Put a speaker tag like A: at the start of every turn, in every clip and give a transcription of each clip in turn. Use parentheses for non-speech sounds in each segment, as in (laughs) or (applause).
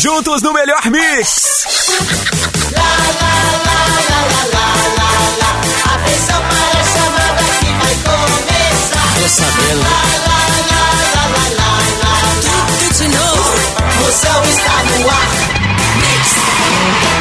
A: Juntos no melhor mix.
B: Tô sabendo.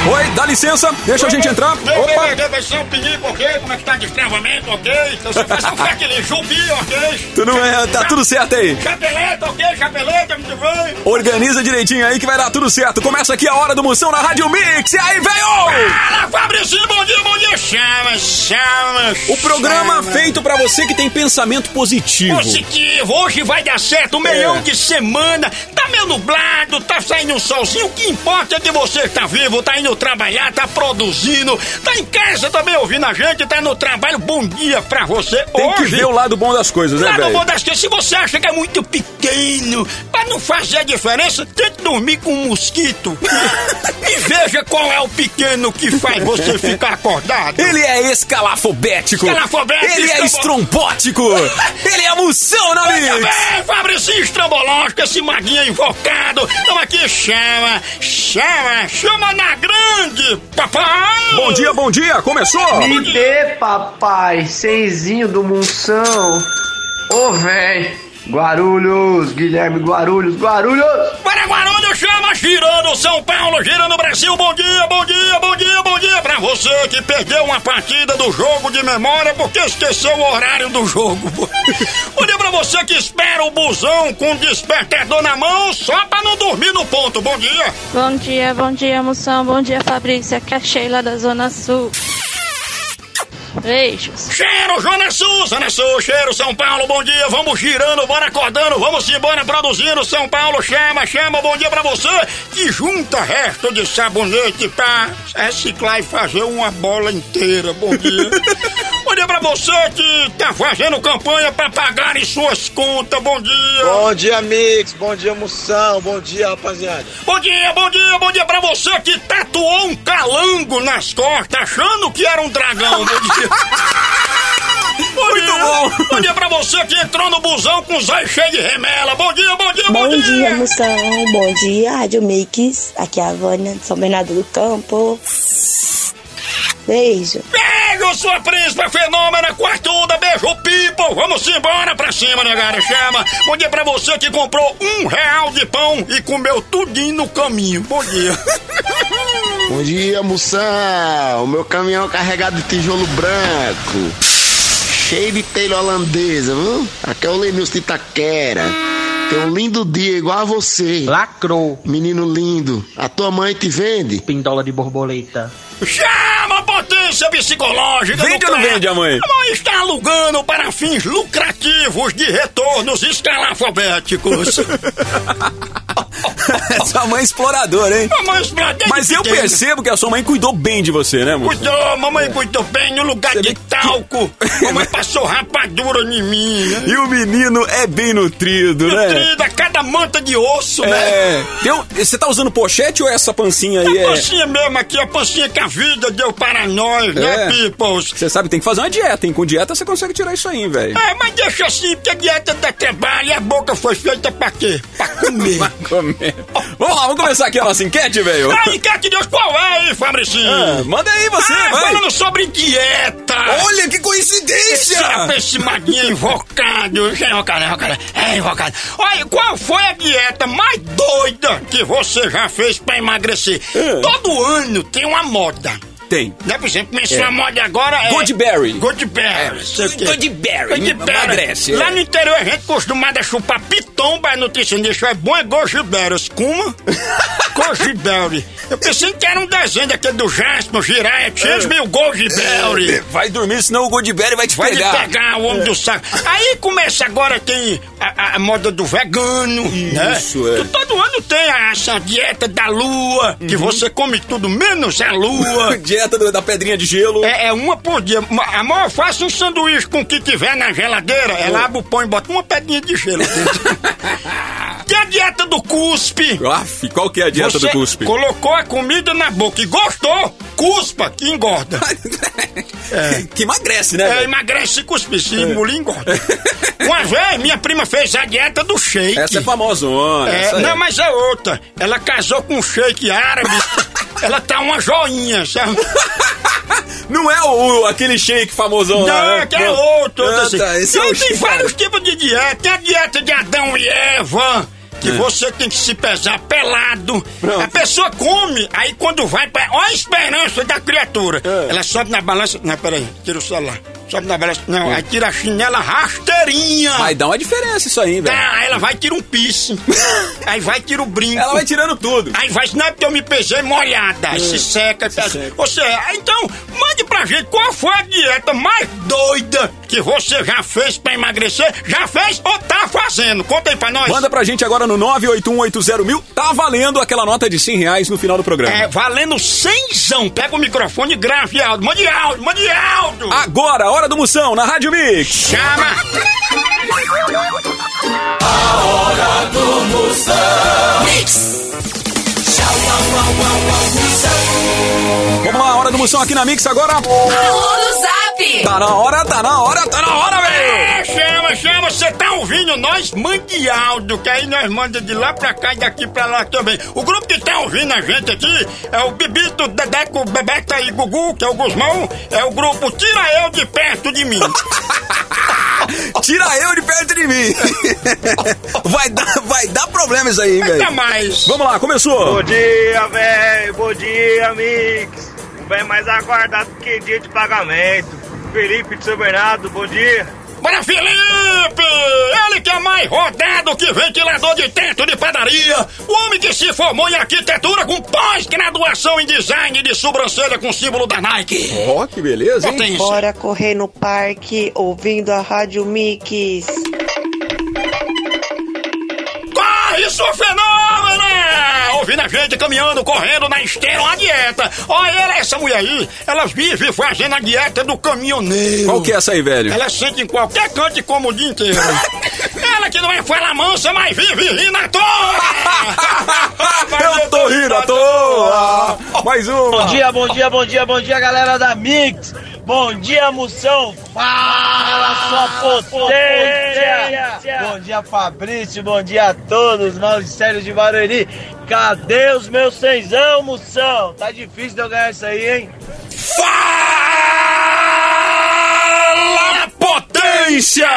A: Oi, dá licença, deixa a gente entrar.
C: Meu
A: Opa,
C: bebê vai ser um perigo, ok? Como é que tá destravamento, ok? Então, Eu sou- eu sou fraquele, zumbi, ok?
A: tu não é, tá tudo certo aí.
C: Chapeleta, ok? Chapeleta, muito bem.
A: Organiza direitinho aí que vai dar tudo certo. Começa aqui a hora do Moção na Rádio Mix. E aí, veio!
C: Fala, Fabricinho, bom dia, bom dia. Chama, chama.
A: O programa feito pra você que tem pensamento positivo.
C: Positivo, hoje vai dar certo,
A: É.
C: meião de semana, tá meio nublado, tá saindo um solzinho, o que importa é que você tá vivo, tá indo trabalhar, tá produzindo, tá em casa também ouvindo a gente, tá no trabalho, bom dia pra você
A: Tem que
C: hoje.
A: ver o lado bom das coisas, né,
C: Lá no
A: velho?
C: mundo das crianças, se você acha que é muito pequeno, pra não fazer a diferença, tente dormir com um
A: (laughs)
C: mosquito. e veja qual é o pequeno que faz você ficar acordado.
A: Ele é escalafobético.
C: Escalafobético,
A: Ele é
C: (laughs)
A: estrombótico. Ele é Moção na
C: Muito
A: Mix.
C: bem, Fabricinho Estrambológico, esse maguinho invocado. Então aqui chama, chama, chama na grande, papai!
A: Bom dia, bom dia. Começou?
C: Me
D: Me dê, papai, seizinho do Munção. Ô, véi. Guarulhos, Guilherme Guarulhos, Guarulhos.
C: Para Guarulhos, chama, girando São Paulo, girando Brasil. Bom dia, bom dia, bom dia, bom dia pra você que perdeu uma partida do jogo de memória porque esqueceu o horário do jogo. (laughs) Bom dia pra você que espera o busão com o despertador na mão só pra não dormir no ponto. Bom dia.
E: Bom dia, bom dia, moção. Bom dia, Fabrício. Aqui é a Sheila da Zona Sul. Beijos.
C: Cheiro, Zona Sul, Zona Sul, cheiro, São Paulo, bom dia, vamos girando, bora acordando, vamos embora produzindo, São Paulo, chama, chama, bom dia pra você, que junta resto de sabonete pra reciclar e fazer uma bola inteira, bom dia. bom dia pra você que tá fazendo campanha pra pagarem suas contas, bom dia.
F: Bom dia, Mix. Bom dia, Moção. Bom dia, rapaziada.
C: Bom dia, bom dia, bom dia pra você que tatuou um calango nas costas achando que era um dragão. Bom dia. Bom
A: Muito
C: dia.
A: bom.
C: Bom dia pra você que entrou no busão com os olhos cheios de remela. Bom dia, bom dia, bom,
G: Bom dia, Moção. Bom dia, Rádio Mix. Aqui é a Vânia de São Bernardo do Campo. Beijo.
C: Beijo, sua príncipa fenômena, quartuda, beijo, people. Vamos embora pra cima, negada, chama. Bom dia pra você que comprou um real de pão e comeu tudinho no caminho. Bom dia.
H: (laughs) Bom dia, moção! O meu caminhão é carregado de tijolo branco, cheio de telha holandesa, viu? Aqui é o Lenilson de Itaquera. Tem um lindo dia igual a você,
B: Lacrou,
H: menino lindo. A tua mãe te vende?
B: pindola de borboleta.
C: Chama a potência psicológica.
A: Vende ou não
C: nuclear.
A: vende a mãe?
C: A mãe está alugando para fins lucrativos de
A: (laughs)
C: retornos escalafobéticos.
A: Essa mãe é exploradora, hein?
C: Mamãe está desde
A: Mas eu
C: pequena.
A: percebo que a sua mãe cuidou bem de você, né, moço?
C: Cuidou, mamãe cuidou bem no lugar
A: Você
C: de
A: (laughs) vê que-
C: talco. Mamãe passou rapadura em mim, né?
A: E o menino é bem nutrido, né?
C: Nutrida, cada manta de osso, né?
A: É. Tem um- Você tá usando pochete ou essa pancinha
C: A
A: aí é.
C: pancinha mesmo aqui, a pancinha que a vida deu para nós, né,
A: É.
C: peoples?
A: Você sabe, tem que fazer uma dieta, hein? Com dieta você consegue tirar isso aí, velho.
C: É, mas deixa assim, porque a dieta dá trabalho e a boca foi feita pra quê?
A: (laughs)
C: Pra comer.
A: Comer. Vamos lá, vamos começar aqui a nossa enquete, velho.
C: Ah, enquete de hoje qual é, hein, Fabricinho?
A: Ah, manda aí você,
C: ah,
A: vai.
C: falando sobre dieta.
A: Olha que coincidência!
C: Esse- Esse maguinho invocado, Esse é invocado, é invocado, é invocado. Olha, qual foi a dieta mais doida que você já fez pra emagrecer?
A: É.
C: Todo ano tem uma moda.
A: Tem.
C: Né? Por exemplo, começou a moda agora é...
A: Goldberry. É,
C: Goldberry. sei o quê.
A: Goldberry,
C: Goldberry.
A: emagrece, é.
C: Lá no interior a gente costumada a chupar pitomba, a nutricionista é bom, é Goldberry. Como? Goldberry. Eu pensei que era um desenho daquele do Jasper, Jiraya, 500 mil Goldberry.
A: É, Vai dormir, senão o Goldberry vai te
C: Vai
A: pegar. É.
C: pegar, pegar o homem do saco. Aí começa agora, tem a, a- a moda do vegano, né?
A: Isso, é.
C: Que todo ano tem a- essa dieta da lua, que você come tudo menos a lua.
A: Uhum. (laughs) Dieta do- da pedrinha de gelo.
C: É, é uma por dia. Ma- Amor, faça
A: (laughs)
C: um sanduíche com o que tiver na geladeira. Ela abre o pão e bota uma pedrinha de gelo. dentro. Tem a dieta do cuspe.
A: Aff, qual que é a dieta
C: Você
A: do cuspe?
C: colocou a comida na boca e gostou, cuspa que engorda.
A: É. Que emagrece, né?
C: É,
A: velho? É.
C: emagrece e cuspe, se engolir engorda. Uma vez, minha prima fez a dieta do shake.
A: Essa é famosa, mano.
C: É,
A: essa é.
C: não, mas é outra. Ela casou com um shake árabe. Ela tá uma joinha, sabe?
A: (laughs) Não é o, o- aquele shake famosão lá.
C: Não,
A: né?
C: que é
A: Não.
C: outro. outro
A: Ah,
C: assim.
A: tá, esse é
C: Então,
A: o
C: tem
A: shake.
C: vários tipos de dieta. Tem a dieta de Adão e Eva, que
A: É.
C: você tem que se pesar pelado. A pessoa come, aí quando vai pra... Olha a esperança da criatura.
A: É.
C: Ela sobe na balança... Não, peraí, tira o celular. Sobe na balança... Não, aí tira a chinela rasteirinha.
A: Mas dá É. uma diferença isso aí, velho.
C: Ah, ela vai tira
A: (laughs)
C: um piercing. aí vai tira o brinco.
A: Ela vai tirando tudo. É.
C: Aí vai, não é porque eu me pesei molhada. Aí se seca, tá? Ou seja, então, mande pra gente qual foi a dieta mais doida que você já fez pra emagrecer, já fez ou tá fazendo. Conta aí pra nós.
A: Manda pra gente agora no 98180 mil. Tá valendo aquela nota de 100 reais no final do programa.
C: É, valendo cenzão. Pega o microfone e grave áudio. Mande áudio, mande áudio.
A: Agora, Hora do Moção, na Rádio Mix.
C: Chama.
A: Vamos lá, Hora do Moção aqui na Mix agora.
I: Alô no Zap!
A: Tá na hora, tá na hora, tá na hora, velho.
C: É, chama, chama. Você tá ouvindo nós? Mande áudio, que aí nós manda de lá pra cá e daqui pra lá também. O grupo que tá ouvindo a gente aqui é o Bibito, Dedeco, Bebeca e Gugu, que é o Guzmão. É o grupo Tira Eu de Perto de Mim.
A: (laughs) Tira eu de perto de mim. (laughs)
C: (laughs)
A: Vai dar, vai dar problema isso aí, hein,
C: Até
A: velho.
C: mais.
A: Vamos lá, começou.
J: Bom dia, velho. Bom dia, Mix. O velho mais aguardado que dia de pagamento. Felipe de São Bernardo, bom dia.
C: Bora, Felipe! Ele que é mais rodado que ventilador de teto de padaria. O homem que se formou em arquitetura com pós-graduação em design de sobrancelha com símbolo da Nike.
A: Ó, que (laughs) beleza, hein?
C: Potência.
G: Bora correr no parque ouvindo a Rádio Mix.
C: Corre, sua fenômena! Ouvindo a gente caminhando, correndo na esteira, uma dieta. Olha, ela, essa mulher aí, ela vive fazendo a dieta do caminhoneiro.
A: Qual que é essa aí, velho?
C: Ela sente em qualquer canto e como o
A: (laughs)
C: dia inteiro. ela que não é fala mansa, mas vive rindo à toa!
A: Eu tô rindo à toa. Mais
J: Bom
A: uma.
J: dia, bom dia, bom dia, bom dia, galera da Mix. Bom dia, Moção. Fala, sua potência. Bom dia, Fabrício. Bom dia a todos. Mauricélio de Barueri. Cadê os meus seisão, Moção? Tá difícil de eu ganhar isso aí, hein?
C: Fala potência!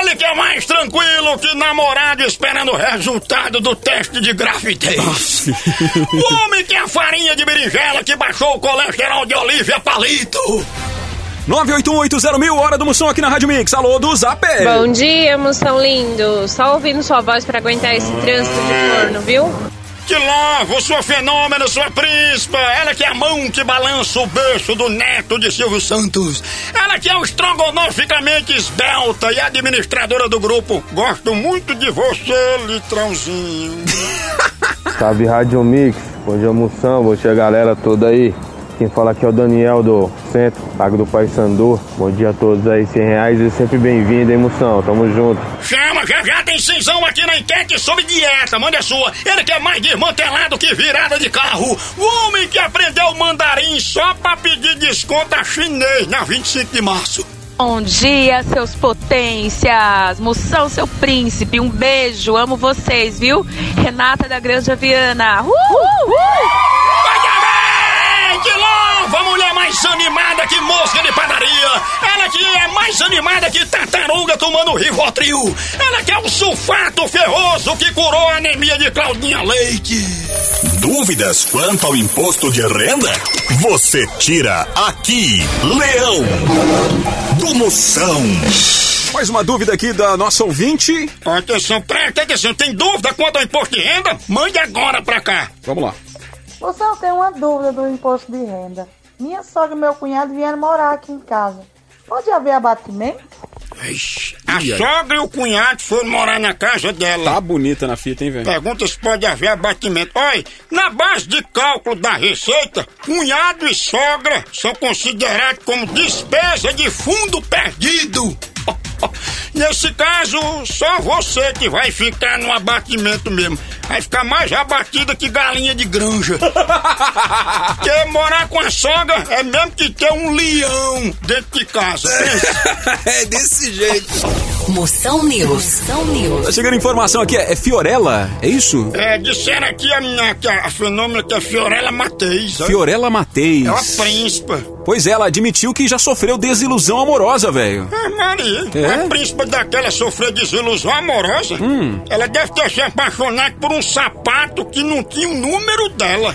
C: Ele que é mais tranquilo que namorado esperando o resultado do teste de gravidez. o homem que é a farinha de berinjela que baixou o colesterol de Olivia Palito.
A: 98180 mil, Hora do Moção aqui na Rádio Mix. Alô, do Zap.
E: Bom dia, moção lindo. Só ouvindo sua voz pra aguentar esse trânsito de corno, viu?
C: Te louvo, sua fenômeno, sua príncipa. Ela que é a mão que balança o berço do neto de Silvio Santos. Ela que é o estrogonoficamente esbelta e administradora do grupo. Gosto muito de você, litrãozinho.
K: Salve Rádio Mix, bom dia Moção, bom dia galera toda aí. Quem fala aqui é o Daniel do Centro, Lago do Pai Sandu. Bom dia a todos aí, 100 reais e sempre bem-vindo, hein Moção, tamo junto.
C: Chama, já já tem cinzão aqui na enquete sobre dieta, manda a sua. Ele que é mais desmantelado que virada de carro. O homem que aprendeu mandarim só pra pedir desconto a chinês na 25 de março.
I: Bom dia, seus potências! Moção, seu príncipe, um beijo, amo vocês, viu? Renata da Granja Viana. Uh, uh, uh.
C: Vai também, de novo, a mulher mais animada que mosca de padaria. Ela que é mais animada que tartaruga tomando Rivotril. Ela que é um sulfato ferroso que curou a anemia de Claudinha Leite.
L: Dúvidas quanto ao imposto de renda? Você tira aqui, Leão do Moção.
A: Mais uma dúvida aqui da nossa ouvinte. Tá
C: Atenção, presta atenção, tem assim, dúvida quanto ao imposto de renda? Mande agora pra cá.
A: Vamos lá.
G: Moção, tem uma dúvida do imposto de renda. Minha sogra e meu cunhado vieram morar aqui em casa. Pode haver abatimento?
C: A sogra e o cunhado foram morar na casa dela.
A: Tá bonita na fita, hein, velho?
C: Pergunta se pode haver abatimento. Olha, na base de cálculo da receita, cunhado e sogra são considerados como despesa de fundo perdido. (laughs) Nesse caso, só você que vai ficar no abatimento mesmo. Vai ficar mais abatida que galinha de granja. (laughs) Porque morar com a sogra é mesmo que ter um leão dentro de casa.
A: (laughs) é desse jeito.
C: Moção News. Moção
A: Tá chegando informação aqui, é é Fiorella, é isso?
C: É, disseram aqui a minha que a, a fenômeno que é Fiorella Mateis. sabe?
A: Fiorella Mateis.
C: É uma príncipa.
A: Pois é, ela admitiu que já sofreu desilusão amorosa, velho.
C: Ah, Maria,
A: É?
C: a príncipa daquela sofreu desilusão amorosa.
A: Hum.
C: Ela deve ter se apaixonado por um sapato que não tinha o número
A: (laughs)
C: dela.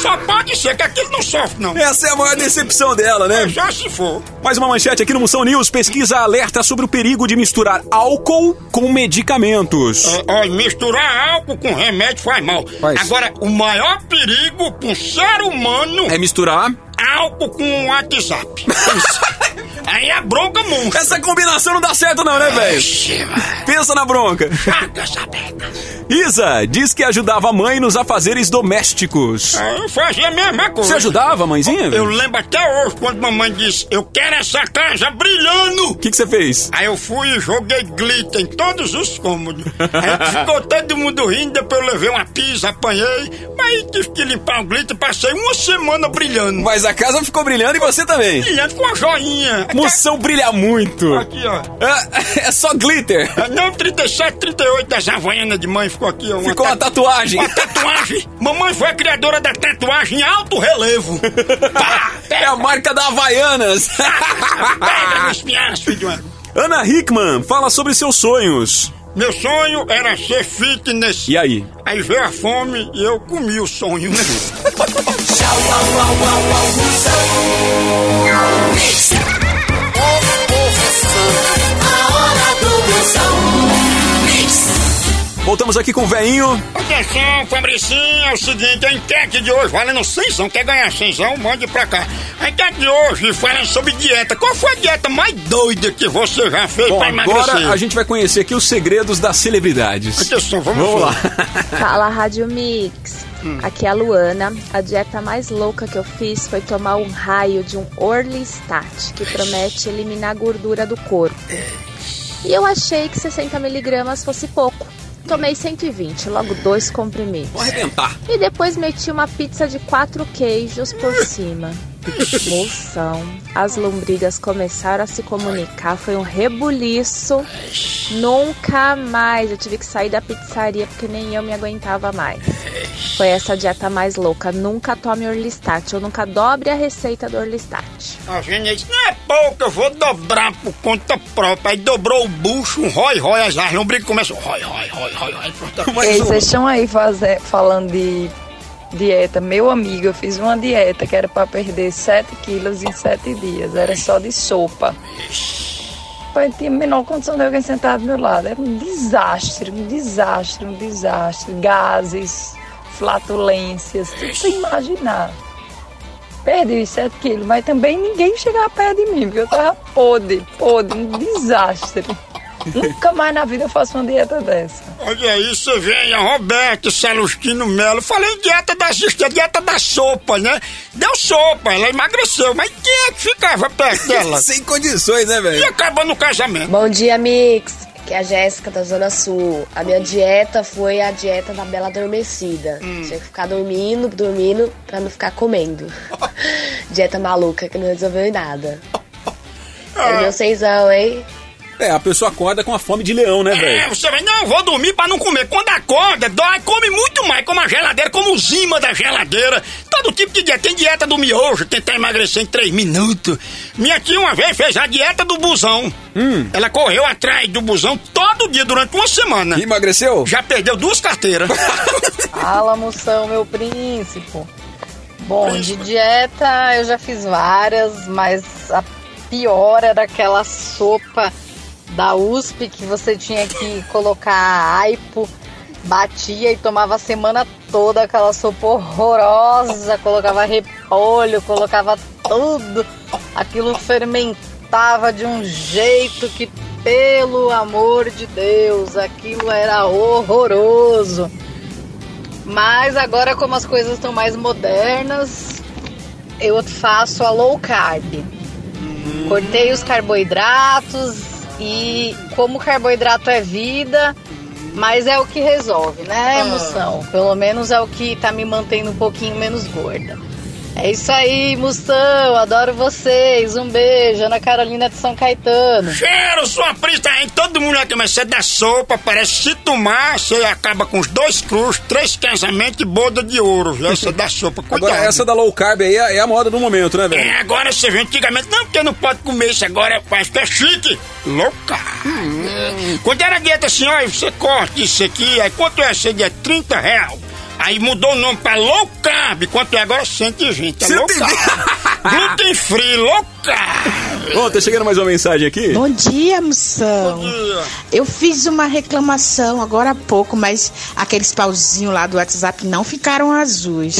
C: Só pode ser que aquele não sofre, não. É,
A: Essa é a maior decepção dela, né?
C: Já se for.
A: Mais uma manchete aqui no Moção News. Pesquisa alerta sobre o perigo de misturar álcool com medicamentos.
C: Ó, misturar álcool com remédio faz mal. Agora, o maior perigo pro ser humano
A: É misturar?
C: álcool com
A: (laughs)
C: WhatsApp. Aí é bronca muito.
A: Essa combinação não dá certo não, né, velho? Pensa na bronca.
C: Ah.
A: Isa diz que ajudava a mãe nos afazeres domésticos.
C: É, Eu fazia a mesma coisa.
A: Você ajudava a mãezinha?
C: Eu lembro até hoje quando mamãe disse: Eu quero essa casa brilhando. O
A: que que você fez?
C: Aí eu fui e joguei glitter em todos
A: (laughs)
C: os cômodos. Aí ficou todo mundo rindo, depois eu levei uma pisa, apanhei. Mas tive que limpar o glitter, passei uma semana brilhando.
A: Mas a casa ficou brilhando e você também.
C: Brilhando com a joinha.
A: Moção brilha muito.
C: Aqui, ó.
A: É, é só glitter.
C: Ah, Não, 37, 38 das Havaianas de mãe ficou aqui. ó, Uma
A: Ficou uma
C: ta-
A: tatuagem. (laughs)
C: Uma tatuagem. Mamãe foi a criadora da tatuagem em alto relevo. Pá,
A: É a marca da Havaianas.
C: (laughs) pega no espinhaço, filho de uma-
A: Ana Hickman fala sobre seus sonhos.
C: Meu sonho era ser fitness.
A: E aí?
C: Aí veio a fome e eu comi
A: (laughs)
C: o sonho, né?
A: Voltamos aqui com o veinho.
C: Atenção, Fabricinho, é o seguinte, a enquete de hoje, valendo 100, zão, quer ganhar 100, zão, mande pra cá. A enquete de hoje fala sobre dieta. Qual foi a dieta mais doida que você já fez
A: Bom,
C: pra emagrecer?
A: agora a gente vai conhecer aqui os segredos das celebridades.
C: Atenção, vamos,
A: lá.
M: Fala Rádio Mix. Aqui é a Luana. A dieta mais louca que eu fiz foi tomar um raio de um Orlistat, que promete eliminar a gordura do corpo. E eu achei que 60 miligramas fosse pouco. Tomei 120, logo dois comprimidos.
A: arrebentar.
M: E depois meti uma pizza de quatro queijos por cima. Moção. Então, As lombrigas começaram a se comunicar, foi um rebuliço. Nunca mais. Eu tive que sair da pizzaria porque nem eu me aguentava mais. Foi essa dieta mais louca. Nunca tome Orlistat. Eu nunca dobre a receita do Orlistat.
C: A gente disse, não é pouco, eu vou dobrar por conta própria. Aí dobrou o bucho, um rói, rói, as as lombrigas começam, rói, rói, rói, rói, rói. pronto.
N: Ei, vocês estão aí faze- falando de dieta. Meu amigo, eu fiz uma dieta que era pra perder 7 quilos em 7 dias. Era só de sopa. Pai, não tinha a menor condição de alguém sentar do meu lado. Era um desastre, um desastre, um desastre. Gases, flatulências, tudo sem imaginar. Perdi os 7 quilos, mas também ninguém chegava perto de mim, porque eu tava podre, podre, um desastre. Nunca mais na vida eu faço uma dieta dessa.
C: Olha aí, você vem, a Roberto Celestino Melo. Falei em dieta da sister, dieta da sopa, né? Deu sopa, ela emagreceu, mas quem é que ficava perto
A: (laughs)
C: dela?
A: Sem condições, né, velho?
C: E acaba no casamento.
O: Bom dia, Mix. Aqui é a Jéssica da Zona Sul. A minha dieta foi a dieta da Bela Adormecida. Tinha que ficar dormindo, dormindo, pra não ficar comendo. dieta maluca que não resolveu em nada. É meu seisão, hein?
A: É, a pessoa acorda com a fome de leão, né,
C: É,
A: velho?
C: você vai, não, eu vou dormir pra não comer. Quando acorda, dói, come muito mais, como a geladeira, como os imãs da geladeira. Todo tipo de dieta. Tem dieta do miojo, tentar emagrecer em três minutos. Minha tia uma vez fez a dieta do busão. Ela correu atrás do busão todo dia durante uma semana.
A: emagreceu?
C: Já perdeu duas carteiras.
P: Fala, moção, meu príncipe. Bom, de dieta eu já fiz várias, mas a pior era aquela sopa da USP que você tinha que colocar aipo, batia e tomava a semana toda aquela sopa horrorosa, colocava repolho, colocava tudo. Aquilo fermentava de um jeito que, pelo amor de Deus, aquilo era horroroso. Mas agora, como as coisas estão mais modernas, eu faço a low carb. Cortei os carboidratos, E como carboidrato é vida, mas é o que resolve, né, emoção? Pelo menos é o que tá me mantendo um pouquinho menos gorda. É isso aí, Mustão, adoro vocês. Um beijo, Ana Carolina de São Caetano.
C: Cheiro, sua prista, hein? Todo mundo aqui, mas você dá sopa, parece que se tomar, você acaba com os dois cruz, três casamentos e boda de ouro. viu? Essa da sopa, cuidado.
A: Agora, essa da low carb aí é é a moda do momento, né, velho?
C: É, agora você vê antigamente, não, porque não pode comer isso agora, faz que é chique. Louca. Quando era dieta assim, ó, você corta isso aqui, aí quanto é essa dieta? 30 real. Aí mudou o nome pra low carb, quanto é agora 120, é low carb. Gluten free, low carb.
A: Ô, tá chegando mais uma mensagem aqui?
Q: Bom dia, moção. Eu fiz uma reclamação agora há pouco, mas aqueles pauzinhos lá do WhatsApp não ficaram azuis.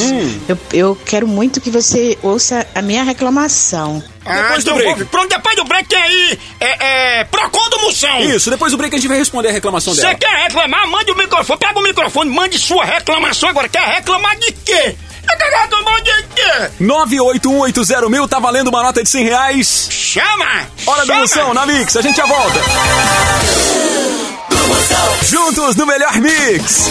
Q: Eu, eu quero muito que você ouça a minha reclamação.
C: Ah, então vou- Pronto, depois do break tem aí, é, é, Procon do Moção.
A: Isso, depois do break a gente vai responder a reclamação
C: Você
A: dela.
C: quer reclamar? Mande o microfone, pega o microfone, mande sua reclamação agora. Quer reclamar de quê? Eu quero reclamar de quê?
A: 98180 mil, tá valendo uma nota de 100 reais.
C: Chama!
A: Hora da
C: Chama!
A: emoção, na Mix, a gente já volta. Juntos no melhor mix.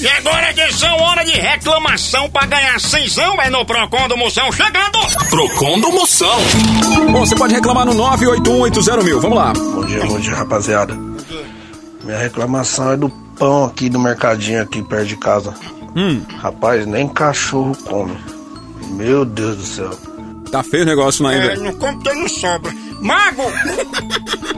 C: E agora, atenção, hora de reclamação pra ganhar cenzão é no Procon do Moção chegando!
A: Procon do Moção. Bom, você pode reclamar no 98180 mil, vamos lá.
F: Bom dia, bom dia, rapaziada. Minha reclamação é do pão aqui do mercadinho aqui perto de casa.
A: Hum.
F: Rapaz, nem cachorro come. Meu Deus do céu.
A: Tá feio o negócio não
C: É, não come porque não sobra. Mago,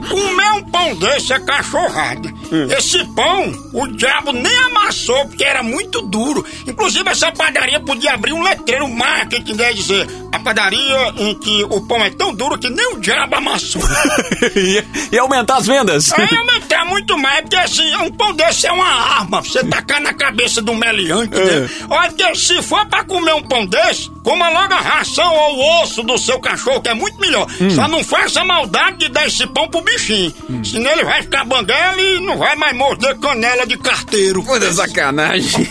C: comer um pão desse é cachorrada.
A: Hum.
C: Esse pão, o diabo nem amassou porque era muito duro. Inclusive, essa padaria podia abrir um letreiro um marketing, deve dizer, a padaria em que o pão é tão duro que nem o diabo amassou.
A: (laughs) e, e aumentar as vendas. (laughs)
C: Aí aumentar muito mais, porque assim, um pão desse é uma arma. Você tacar na cabeça do meliante,
A: É.
C: né? Olha, porque se for pra comer um pão desse, coma logo a ração ou o osso do seu cachorro, que é muito melhor.
A: Hum.
C: Só não faça maldade de dar esse pão pro bichinho. Senão ele vai ficar banguela e não vai mais morder canela de carteiro.
A: Coisa é, sacanagem.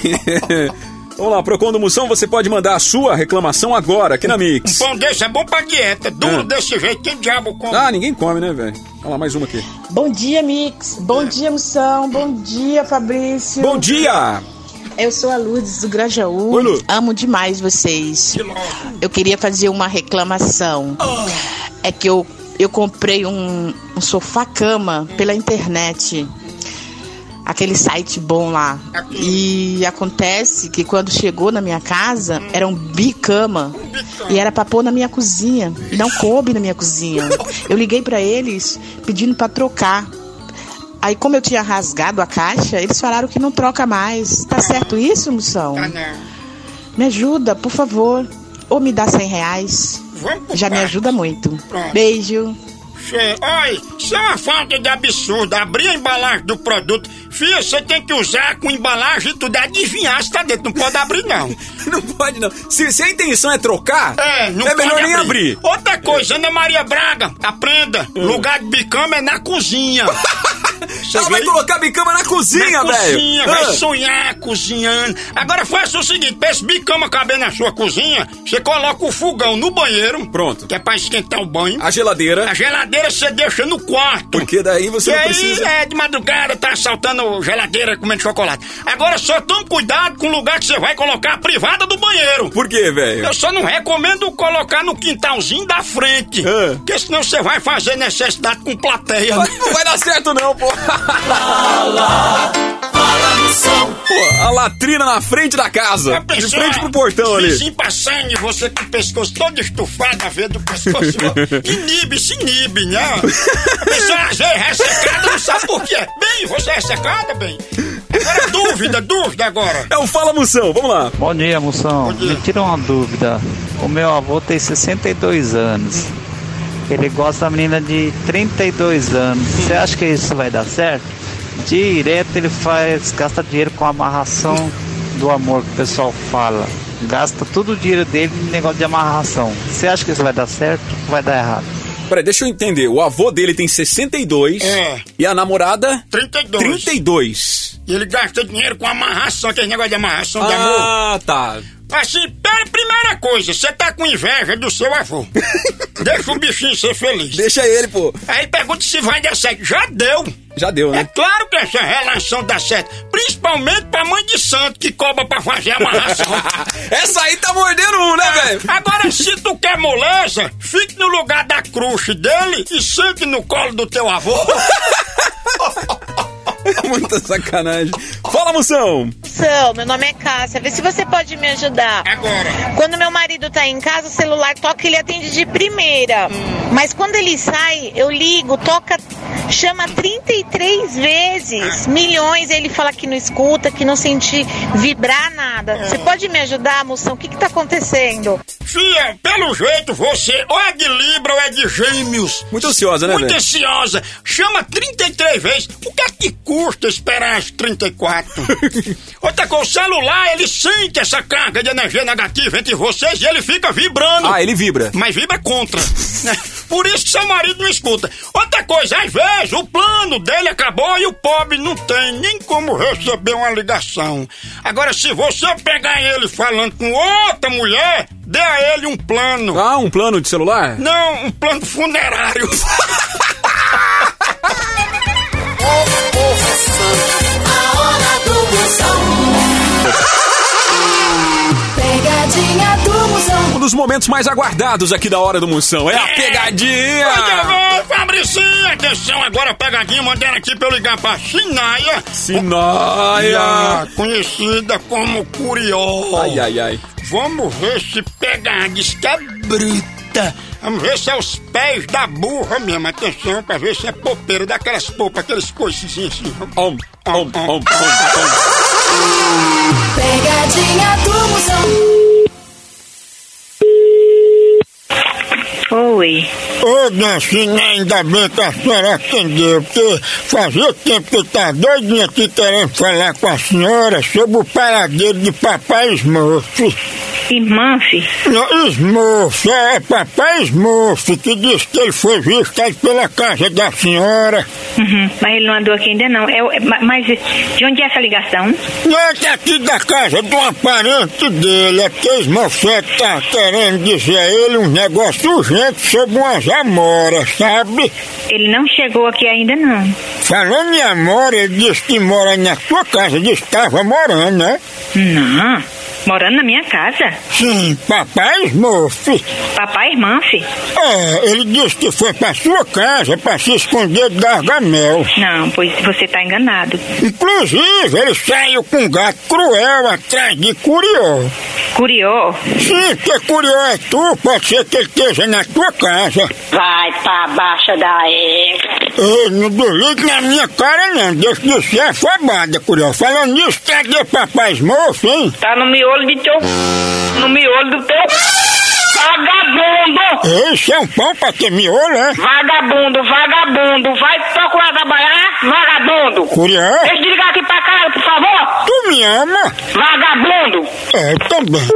A: vamos lá, Procon do Moção, você pode mandar a sua reclamação agora aqui na Mix.
C: Um pão desse é bom pra dieta, duro
A: Ah.
C: desse jeito, quem diabo come?
A: Ah, ninguém come, né, velho? Olha lá, mais uma aqui.
Q: Bom dia, Mix. Bom dia, moção. Bom dia, Fabrício.
A: Bom dia!
Q: Eu sou a Lourdes do Grajaú. Amo demais vocês. Eu queria fazer uma reclamação. É que eu, eu comprei um, um sofá-cama pela internet. Aquele site bom lá. E acontece que quando chegou na minha casa, era um bicama. E era pra pôr na minha cozinha. Não coube na minha (laughs) cozinha. Eu liguei pra eles pedindo pra trocar. Aí, como eu tinha rasgado a caixa, eles falaram que não troca mais.
C: Ah.
Q: Tá certo isso, moção? Me ajuda, por favor. Ou me dá 100 reais.
C: Vamos pro
Q: Já me
C: quarto.
Q: ajuda muito.
C: Pronto.
Q: Beijo.
C: Che- Oi, isso é uma falta de absurdo. Abrir a embalagem do produto. Fia, você tem que usar com embalagem e tudo. Adivinhar se tá dentro. Não pode abrir, não.
A: (laughs) não pode, não. Se, se a intenção é trocar,
C: é, não
A: é
C: pode
A: melhor nem abrir. Hum.
C: Outra coisa, Ana Maria Braga, aprenda. Lugar de bicama é na cozinha.
A: (laughs) Ela vai colocar bicama na cozinha,
C: na
A: velho.
C: cozinha,
A: Ah.
C: vai sonhar cozinhando. Agora faça o seguinte, pra esse bicama caber na sua cozinha, você coloca o fogão no banheiro.
A: Pronto.
C: Que é pra esquentar o banho.
A: A geladeira.
C: A geladeira você deixa no quarto.
A: Porque daí você
C: e
A: não
C: aí,
A: precisa.
C: é, de madrugada, tá assaltando geladeira, comendo chocolate. Agora só tome cuidado com o lugar que você vai colocar a privada do banheiro.
A: Por quê, velho?
C: Eu só não recomendo colocar no quintalzinho da frente. Porque senão você vai fazer necessidade com plateia.
A: Não vai dar certo, não, pô. Pô, a latrina na frente da
C: É
A: casa. De frente pro portão ali.
C: Sim, passando, você com o pescoço todo estufado, a veia
A: (laughs)
C: do pescoço. ó. inibe, se inibe, né? A pessoa às vezes é ressecada, não sabe por quê. Bem, você é ressecada, bem. Agora é dúvida, dúvida agora.
A: É o Fala Moção, vamos lá.
R: Bom dia, moção. Me tira uma dúvida. O meu avô tem 62 anos. Ele gosta da menina de 32 anos. Você acha que isso vai dar certo? Direto ele faz, gasta dinheiro com amarração do amor que o pessoal fala. Gasta todo o dinheiro dele em negócio de amarração. Você acha que isso vai dar certo ou vai dar errado?
A: Peraí, deixa eu entender. O avô dele tem 62
C: É.
A: e a namorada
C: 32.
A: 32.
C: E ele gasta dinheiro com amarração, aquele negócio de amarração de amor.
A: Ah, tá.
C: Assim, pera, primeira coisa, você tá com inveja do seu
A: (laughs)
C: avô. Deixa o bichinho ser feliz.
A: Deixa ele, pô.
C: Aí pergunta se vai dar certo. Já deu.
A: Já deu, né?
C: É claro que essa relação dá certo. Principalmente pra mãe de santo que cobra pra fazer a amarração.
A: (laughs)
C: É.
A: essa aí tá mordendo um, né, velho?
C: Agora, se tu quer moleza, fique no lugar da crush dele e sente no colo do teu
A: (laughs)
C: avô.
A: (laughs) Muita sacanagem. Fala, moção!
S: Moção, meu nome é Cássia. Vê se você pode me ajudar.
C: Agora.
S: Quando meu marido tá em casa, o celular toca, ele atende de primeira. Mas quando ele sai, eu ligo, toca, chama 33 vezes, milhões. Ele fala que não escuta, que não sente vibrar nada. Você pode me ajudar, moção? O que que tá acontecendo?
C: Fia, é, pelo jeito você ou é de Libra ou é de Gêmeos.
A: Muito ansiosa, né,
C: Muito
A: velho?
C: ansiosa. Chama 33 vezes. O que é que custa esperar
A: (laughs)
C: as 34? Outra com o celular, ele sente essa carga de energia negativa entre vocês e ele fica vibrando.
A: Ah, ele vibra.
C: Mas vibra contra. né? Por isso que seu marido não escuta. Outra coisa, às vezes o plano dele acabou e o pobre não tem nem como receber uma ligação. Agora, se você pegar ele falando com outra mulher, dê a ele um plano.
A: Ah, um plano de celular?
C: Não, um plano funerário.
B: A hora do moção. Pegadinha do moção.
A: Um dos momentos mais aguardados aqui da Hora do Moção. É a pegadinha!
C: Ô, Fabricinho, atenção, agora a pegadinha, mandaram aqui pra eu ligar pra Sinaia.
A: Sinaia.
C: Conhecida como Curió.
A: Ai, ai, ai.
C: Vamos ver se pegar, diz que é bruta. Vamos ver se é os pés da burra mesmo, atenção, pra ver se é popeira, daquelas popas, aqueles coicezinhos assim.
A: Om, om, om, om, om.
B: Pegadinha do moção.
C: Oi. Ô, Dancina, ainda bem que a senhora atendeu, porque fazia tempo que eu tava doidinha aqui querendo falar com a senhora sobre o paradeiro de papai Smurf.
T: Smurf?
C: Não, Smurf, é papai Smurf, que disse que ele foi visto aí pela casa da senhora.
T: Uhum, mas ele não andou aqui ainda não. É, é, ma- mas de onde é essa ligação?
C: Não, que aqui da casa de um parente dele, é porque o Smurfette tá querendo dizer a ele um negócio urgente sobre umas amoras, sabe?
T: Ele não chegou aqui ainda não.
C: Falando em amor, ele disse que mora na sua casa, disse que estava morando, né?
T: Não, morando na minha casa.
C: Sim, Hum, papai Smurf.
T: Papai Smurf?
C: É, ele disse que foi pra sua casa pra se esconder de Gargamel.
T: Não, pois você tá enganado.
C: Inclusive, ele saiu com um gato cruel atrás de Curió.
T: Curió?
C: Sim, porque Curió é tu, pode ser que ele esteja na tua casa.
U: Vai pra baixa da égua.
C: Ei, não duvido na minha cara não, deixa de ser afobada, Curió. Falando nisso, cadê papai Smurf, hein?
U: Tá no miolo de teu. No miolo do teu. Vagabundo!
C: Esse é um pão pra ter miolo, é?
U: Vagabundo, vagabundo! Vai procurar trabalhar, vagabundo!
C: Curió?
U: Deixa de ligar aqui pra casa, por favor!
C: Tu me ama?
U: Vagabundo!
C: É, também.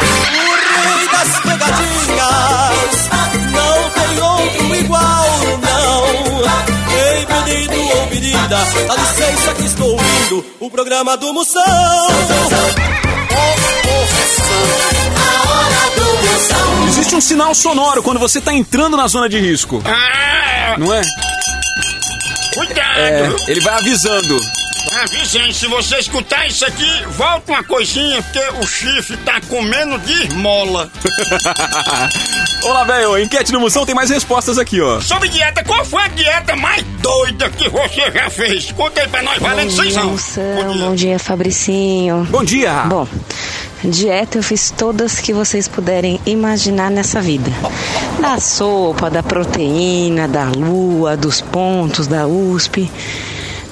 B: O rei das pegadinhas. Não tem outro igual, não. Ei, menino ou tá menina, dá licença que estou ouvindo o programa do Moção. A hora do Moção.
A: Existe um sinal sonoro quando você tá entrando na zona de risco. Não é?
C: Cuidado!
A: É,
C: viu?
A: ele vai avisando.
C: Avisem, Ah, se você escutar isso aqui, volta uma coisinha, porque o chifre tá comendo de
A: (laughs)
C: esmola.
A: Olá, velho. Enquete no Moção tem mais respostas aqui, ó.
C: Sobre dieta, qual foi a dieta mais doida que você já fez? Conta aí pra nós, valendo
A: Hum,
C: seis anos.
V: Moção, bom dia, Fabricinho.
A: Bom dia.
V: Bom, dieta eu fiz todas que vocês puderem imaginar nessa vida. Da sopa, da proteína, da lua, dos pontos, da USP.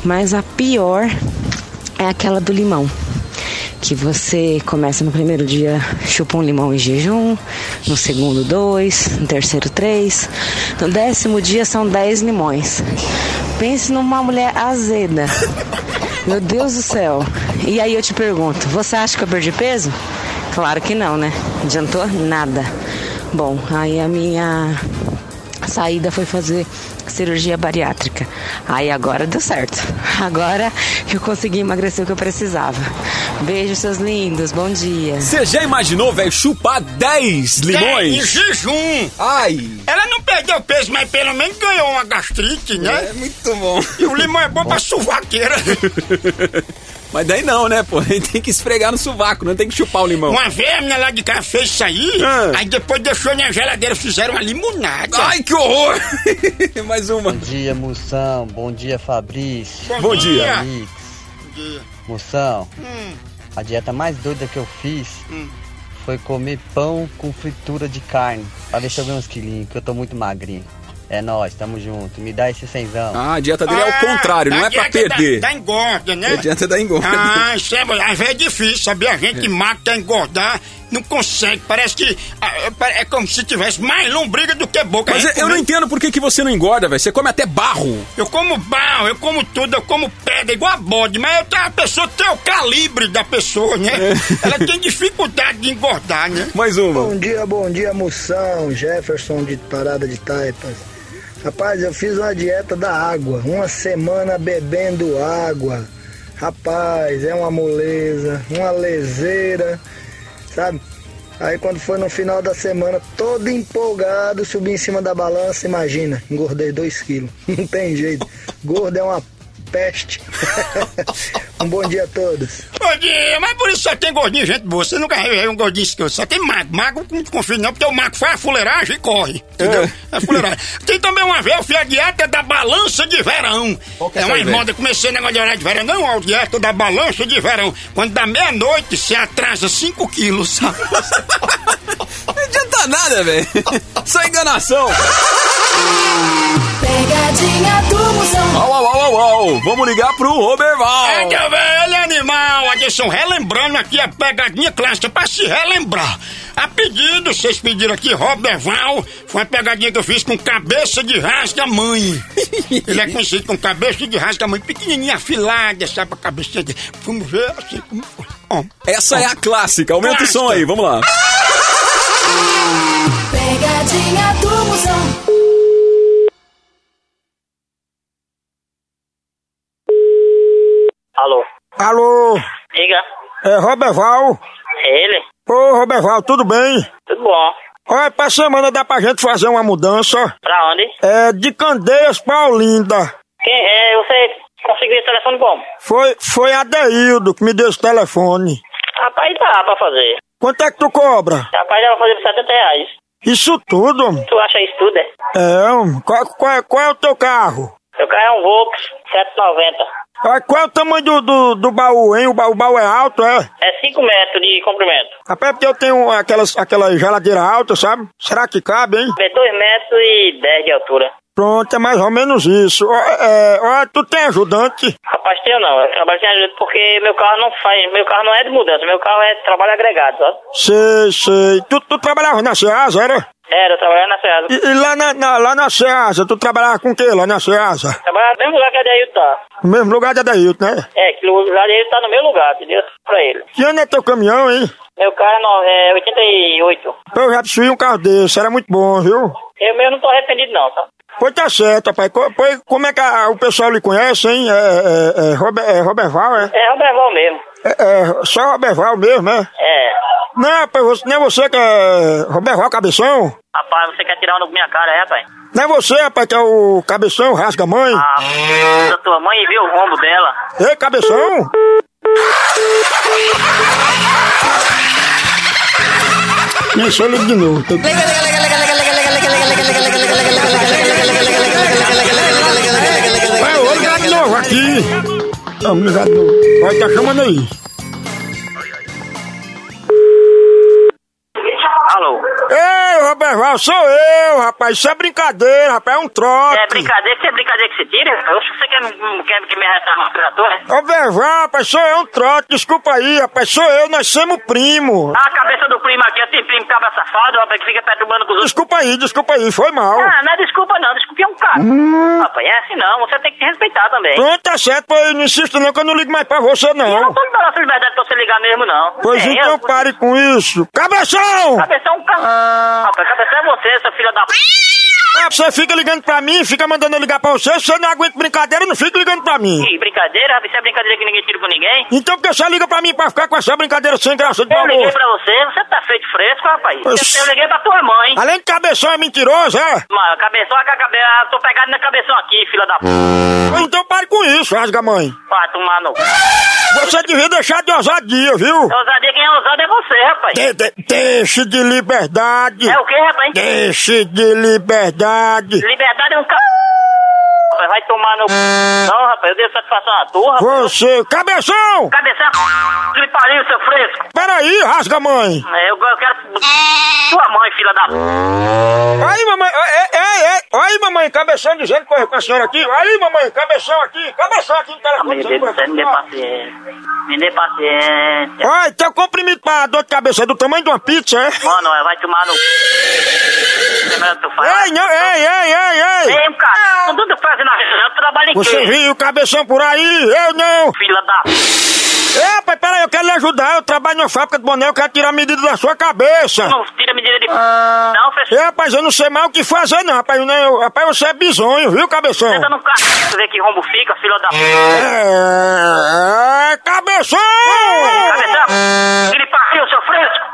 V: Mas a pior é aquela do limão. Que você começa no primeiro dia, chupa um limão em jejum, no segundo dois, no terceiro três, no décimo dia são dez limões. Pense numa mulher azeda. Meu Deus do céu. E aí eu te pergunto, você acha que eu perdi peso? Claro que não, né? Adiantou nada. Bom, aí a minha saída foi fazer cirurgia bariátrica. Aí agora deu certo. Agora eu consegui emagrecer o que eu precisava. Beijo, seus lindos. Bom dia.
A: Você já imaginou, velho, chupar 10
C: Tem É, Em
A: limões?
C: jejum.
A: Ai.
C: Ela não perdeu peso, mas pelo menos ganhou uma gastrite, né?
A: É, muito bom.
C: E o limão é bom pra suvaqueira.
A: Mas daí não, né, pô? (laughs) Ele tem que esfregar no sovaco, não tem que chupar o limão.
C: Uma vez a menina lá de cá fez isso aí,
A: Ah.
C: aí depois deixou na geladeira, fizeram uma limonada.
A: Ai, que horror! (laughs) Mais uma.
D: Bom dia, Moção. Bom dia, Fabrício.
C: Bom Bom dia. dia.
D: Alex. Moção,
C: Hum,
D: a dieta mais doida que eu fiz
C: hum.
D: foi comer pão com fritura de carne. Pra ver se eu ganho uns quilinhos, que eu tô muito magrinho. É nóis, tamo junto. Me dá esse cenzão.
A: Ah, a dieta dele é o contrário, não
D: a
A: é pra
D: dieta da-
A: perder.
D: da
C: Tá engorda, né?
A: É dieta da engorda.
C: Ah, isso é, às vezes é difícil, sabia? A gente
A: É.
C: mata quer engordar, não consegue. Parece que ah, é, pa- é como se tivesse mais lombriga do que boca.
A: Mas
C: A
A: eu,
C: gente
A: eu
C: come-
A: não entendo por que, que você não engorda, velho. Você come até barro.
C: Eu como barro, eu como tudo, eu como pedra, igual a bode, mas eu tenho a pessoa tem o calibre da pessoa, né?
A: É.
C: Ela tem dificuldade de engordar, né?
A: Mais uma.
H: Bom dia, bom dia, moção. Jefferson de Parada de Taipas. Rapaz, eu fiz uma dieta da água. Uma semana bebendo água. Rapaz, é uma moleza, uma leseira, sabe? Aí quando foi no final da semana, todo empolgado, subi em cima da balança, imagina, engordei 2 quilos. (laughs) Não tem jeito. Gordo é uma peste. (laughs) um bom dia a todos.
C: Gordinho, mas por isso só tem gordinho, gente boa. Você nunca é um gordinho esquecido. Só tem mago. Mago não confio não, porque o mago faz a fuleiragem e corre. Entendeu? É, fuleiragem. Tem também uma vez, eu fiz a dieta da balança de verão.
W: que é
C: é
W: essa
C: uma
W: aí,
C: moda, comecei negócio de horário de verão. Não, a dieta da balança de verão. Quando dá meia-noite, você atrasa 5 quilos, sabe?
A: Não adianta nada, velho. Só enganação.
C: Pegadinha do Moção.
A: Au, au, au, au, au. Vamos ligar pro Roberval.
C: É, meu velho animal, Adilson, relembrando aqui a pegadinha clássica, pra se relembrar. A pedido, vocês pediram aqui, Roberval, foi uma pegadinha que eu fiz com cabeça de rasga-mãe. Ele é conhecido como cabeça de rasga-mãe, pequenininha, afilada, sabe, a cabeça de... Vamos ver, assim, como foi. Ó.
A: Essa é a clássica. Aumenta o som aí, vamos lá.
W: Pegadinha do Moção.
X: Alô,
Y: Alô,
X: diga,
Y: é Roberval?
X: é ele?
Y: Ô, Roberval, tudo bem?
X: Tudo bom?
Y: Olha, pra semana dá pra gente fazer uma mudança.
X: Pra onde?
Y: É, de Candeias pra Olinda.
X: Quem é? Você conseguiu esse telefone como?
Y: Foi, foi Adeildo que me deu esse telefone.
X: Rapaz, dá pra fazer.
Y: Quanto é que tu cobra?
X: Rapaz, dá pra fazer por 70 reais.
Y: Isso tudo, homem.
X: Tu acha isso tudo, é?
Y: É, homem. Qual, qual, é- qual é o teu carro?
X: Meu carro é um Volks 790.
Y: Olha, Qual é o tamanho do, do, do baú, hein? O baú, o baú é alto, é?
X: É 5 metros de comprimento.
Y: Rapaz, é porque eu tenho aquelas, aquela geladeira alta, sabe? Será que cabe, hein?
X: É 2 metros e 10 de altura.
Y: Pronto, é mais ou menos isso. Ó, é, ó, tu tem ajudante?
X: Rapaz, tenho não. Eu trabalho sem ajuda porque meu carro não faz... Meu carro não é de mudança. Meu carro é trabalho agregado, sabe?
Y: Sei, sei. Tu, tu trabalhava na Ceasa, era?
X: Era, eu trabalhava na Ceasa.
Y: E, e lá, na, na, lá na Ceasa, tu trabalhava com o que lá na Ceasa?
X: Trabalhava no mesmo lugar que a Daí tá.
Y: No mesmo lugar da Adailto, né?
X: É, que o lugar dele tá no meu lugar, entendeu? Pra ele.
Y: Que ano é teu caminhão, hein?
X: Meu carro é no- é 88.
Y: Eu já possuí um carro desse, era muito bom, viu?
X: Eu mesmo não tô arrependido não, tá?
Y: Pois tá certo, rapaz. Co- Pois, como é que a- o pessoal lhe conhece, hein? É, é, é, Robert, é Roberval, é?
X: É Roberval mesmo.
Y: É, é, só Roberval mesmo, é?
X: É.
Y: Não, rapaz, você, não é você que é Roberval Cabeção?
X: Rapaz, você quer tirar uma da minha cara, é, rapaz?
Y: Não é você, rapaz, que é o Cabeção Rasga-Mãe?
X: A tua mãe viu o rombo dela.
Y: Ei, Cabeção! Isso, eu ligo de novo. tá Vai, eu vou ligar de novo aqui. Vamos ligar de novo. Vai, tá chamando aí.
X: Alô?
Y: Ei, Roberval, sou eu, rapaz. Isso é brincadeira, rapaz, é um trote.
X: É brincadeira, que é brincadeira que você tira? Eu acho que você quer, não quer que me arrastar uma criatura? é?
Y: Roberval, rapaz, sou eu, um trote. Desculpa aí, rapaz, sou eu, nós somos primo.
X: Ah, a cabeça do primo aqui, eu tenho primo cabra safado, rapaz, que fica perturbando com os outros.
Y: Desculpa aí, desculpa aí, foi mal.
X: Ah, não é desculpa não, desculpa é um cara.
Y: Hum.
X: Rapaz, é assim não, você tem que se respeitar também.
Y: Pronto, tá certo, pois eu não insisto não que eu não ligo mais pra você,
X: Eu não
Y: não.
X: tô lhe dando essa liberdade pra você ligar mesmo, não.
Y: Pois
X: Tem,
Y: então
X: eu- um
Y: pare com isso. Cabeção!
X: Cabeção, ca... Rapaz, cabeção é você, seu é filho da... p***.
C: Ah, você fica ligando pra mim, fica mandando eu ligar pra você, se você não aguenta brincadeira, não fica ligando pra mim.
X: Ih, brincadeira, rapaz, isso é brincadeira que ninguém tira com ninguém.
C: Então por que você liga pra mim pra ficar com essa brincadeira sem graça de
X: Eu liguei
C: valor?
X: pra você, você tá feito fresco, rapaz.
C: Oxi.
X: Eu liguei pra tua mãe.
C: Além de cabeção é mentiroso, é?
X: Mano, cabeção, a cabe... ah, tô pegado na cabeção aqui, fila da p.
C: Então pare com isso, rasga mãe.
X: Pá, tu mano.
C: Você devia deixar de ousadia, viu?
X: Ousadia, quem é ousado é você, rapaz.
C: De- de- deixe de liberdade.
X: É o quê, rapaz?
C: Deixe de liberdade.
X: Liberdade é um ca... Rapaz, Vai tomar no... Não, rapaz, eu dei satisfação à tua, rapaz.
C: Você, cabeção!
X: Cabeção, que pariu, seu fresco.
C: Peraí, rasga mãe.
X: É, Eu, eu quero... Tua mãe, filha da p...
C: Aí, mamãe, é, ei, ei, ei, aí, mamãe, cabeção dizendo que eu com a senhora aqui. Aí, mamãe, cabeção aqui, cabeção aqui no telefone.
X: Me dê,
C: dizendo que eu-
X: me dê paciência. Me dê paciência.
C: Ai, teu comprimido pra dor de cabeça é do tamanho de uma pizza, é?
X: Mano, vai tomar no...
C: Ei, não, ei, ei, ei, ei!
X: Ei, um cara, não tudo fazendo na eu trabalho em
C: Você
X: quê?
C: viu o cabeção por aí? Eu não!
X: Filha da...
C: É, rapaz, peraí, eu quero lhe ajudar. Eu trabalho numa fábrica de boné, eu quero tirar a medida da sua cabeça.
X: Não tira medida de... Não, fechou.
C: É, rapaz, eu não sei mais o que fazer, não, rapaz. Não, eu- rapaz, você é bizonho, viu, cabeção?
X: Senta tá no carro, um vê que rombo fica, filha da...
C: É, cabeção!
X: Cabeção, ele partiu, seu fresco.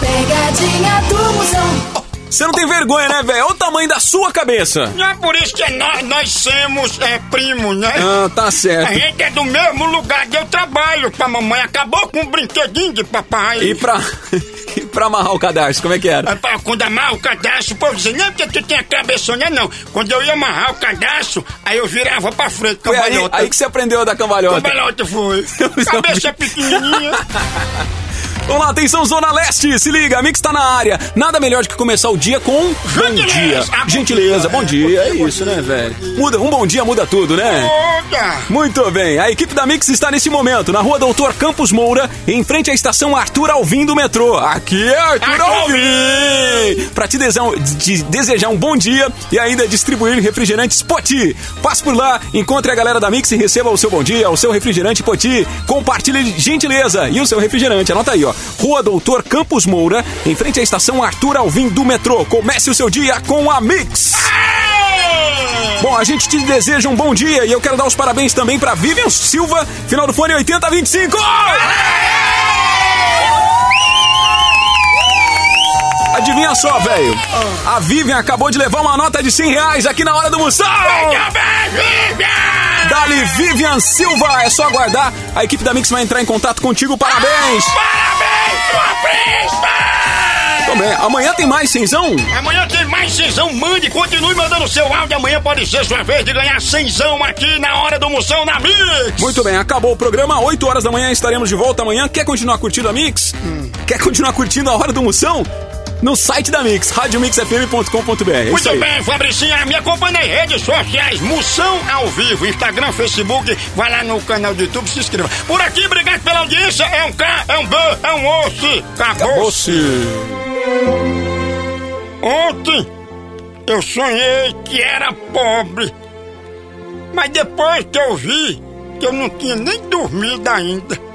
Z: Pegadinha do Moção.
A: Você não tem vergonha, né, velho? Olha o tamanho da sua cabeça.
C: Não é por isso que nós, nós somos é, primos, né?
A: Ah, tá
C: A
A: certo.
C: gente é do mesmo lugar que eu trabalho pra mamãe. Acabou com o brinquedinho de papai.
A: E pra, e pra amarrar o cadarço, como é que era?
C: Ah, pá, Quando amarra o cadastro, o povo dizia, não porque tu tem a cabeçona, não. Quando eu ia amarrar o cadastro, aí eu virava pra frente,
A: Foi aí,
C: cambalhota.
A: aí que você aprendeu a dar cambalhota. (laughs)
C: Cambalhota foi. Cabeça pequenininha.
A: Vamos lá, atenção, Zona Leste, se liga, a Mix tá na área. Nada melhor do que começar o dia com um bom dia. Gentileza, bom dia, é isso, né, velho? Muda, um bom dia muda tudo, né?
C: Toda.
A: Muito bem, a equipe da Mix está nesse momento na rua Doutor Campos Moura, em frente à estação Arthur Alvim do metrô. Aqui é Arthur Alvim! Pra te desa- de- desejar um bom dia e ainda distribuir refrigerantes Poti. Passe por lá, encontre a galera da Mix e receba o seu bom dia, o seu refrigerante Poti. Compartilhe gentileza e o seu refrigerante. Anota aí, ó. Rua Doutor Campos Moura, em frente à estação Arthur Alvim do metrô. Comece o seu dia com a Mix! Bom, a gente te deseja um bom dia e eu quero dar os parabéns também pra Vivian Silva, final do fone 8025! Adivinha só, velho. A Vivian acabou de levar uma nota de 100 reais aqui na hora do moção! Dali Vivian Silva, é só aguardar. A equipe da Mix vai entrar em contato contigo. Parabéns! Tô bem, amanhã tem mais cenzão?
C: Amanhã tem É mais cenzão, mande, continue mandando seu áudio. Amanhã pode ser sua vez de ganhar cenzão aqui na hora do moção na Mix.
A: Muito bem, acabou o programa, 8 horas da manhã estaremos de volta amanhã. Quer continuar curtindo a Mix?
C: Hum.
A: Quer continuar curtindo a Hora do Moção? No site da Mix, radiomixfm.com.br. É isso
C: Muito
A: aí.
C: bem, Fabricinha, me acompanha nas redes sociais, Moção ao vivo, Instagram, Facebook, vai lá no canal do YouTube, se inscreva. Por aqui, obrigado pela audiência, é um K, é um B, é um osso, acabou-se. Ontem, eu sonhei que era pobre, mas depois que eu vi que eu não tinha nem dormido ainda.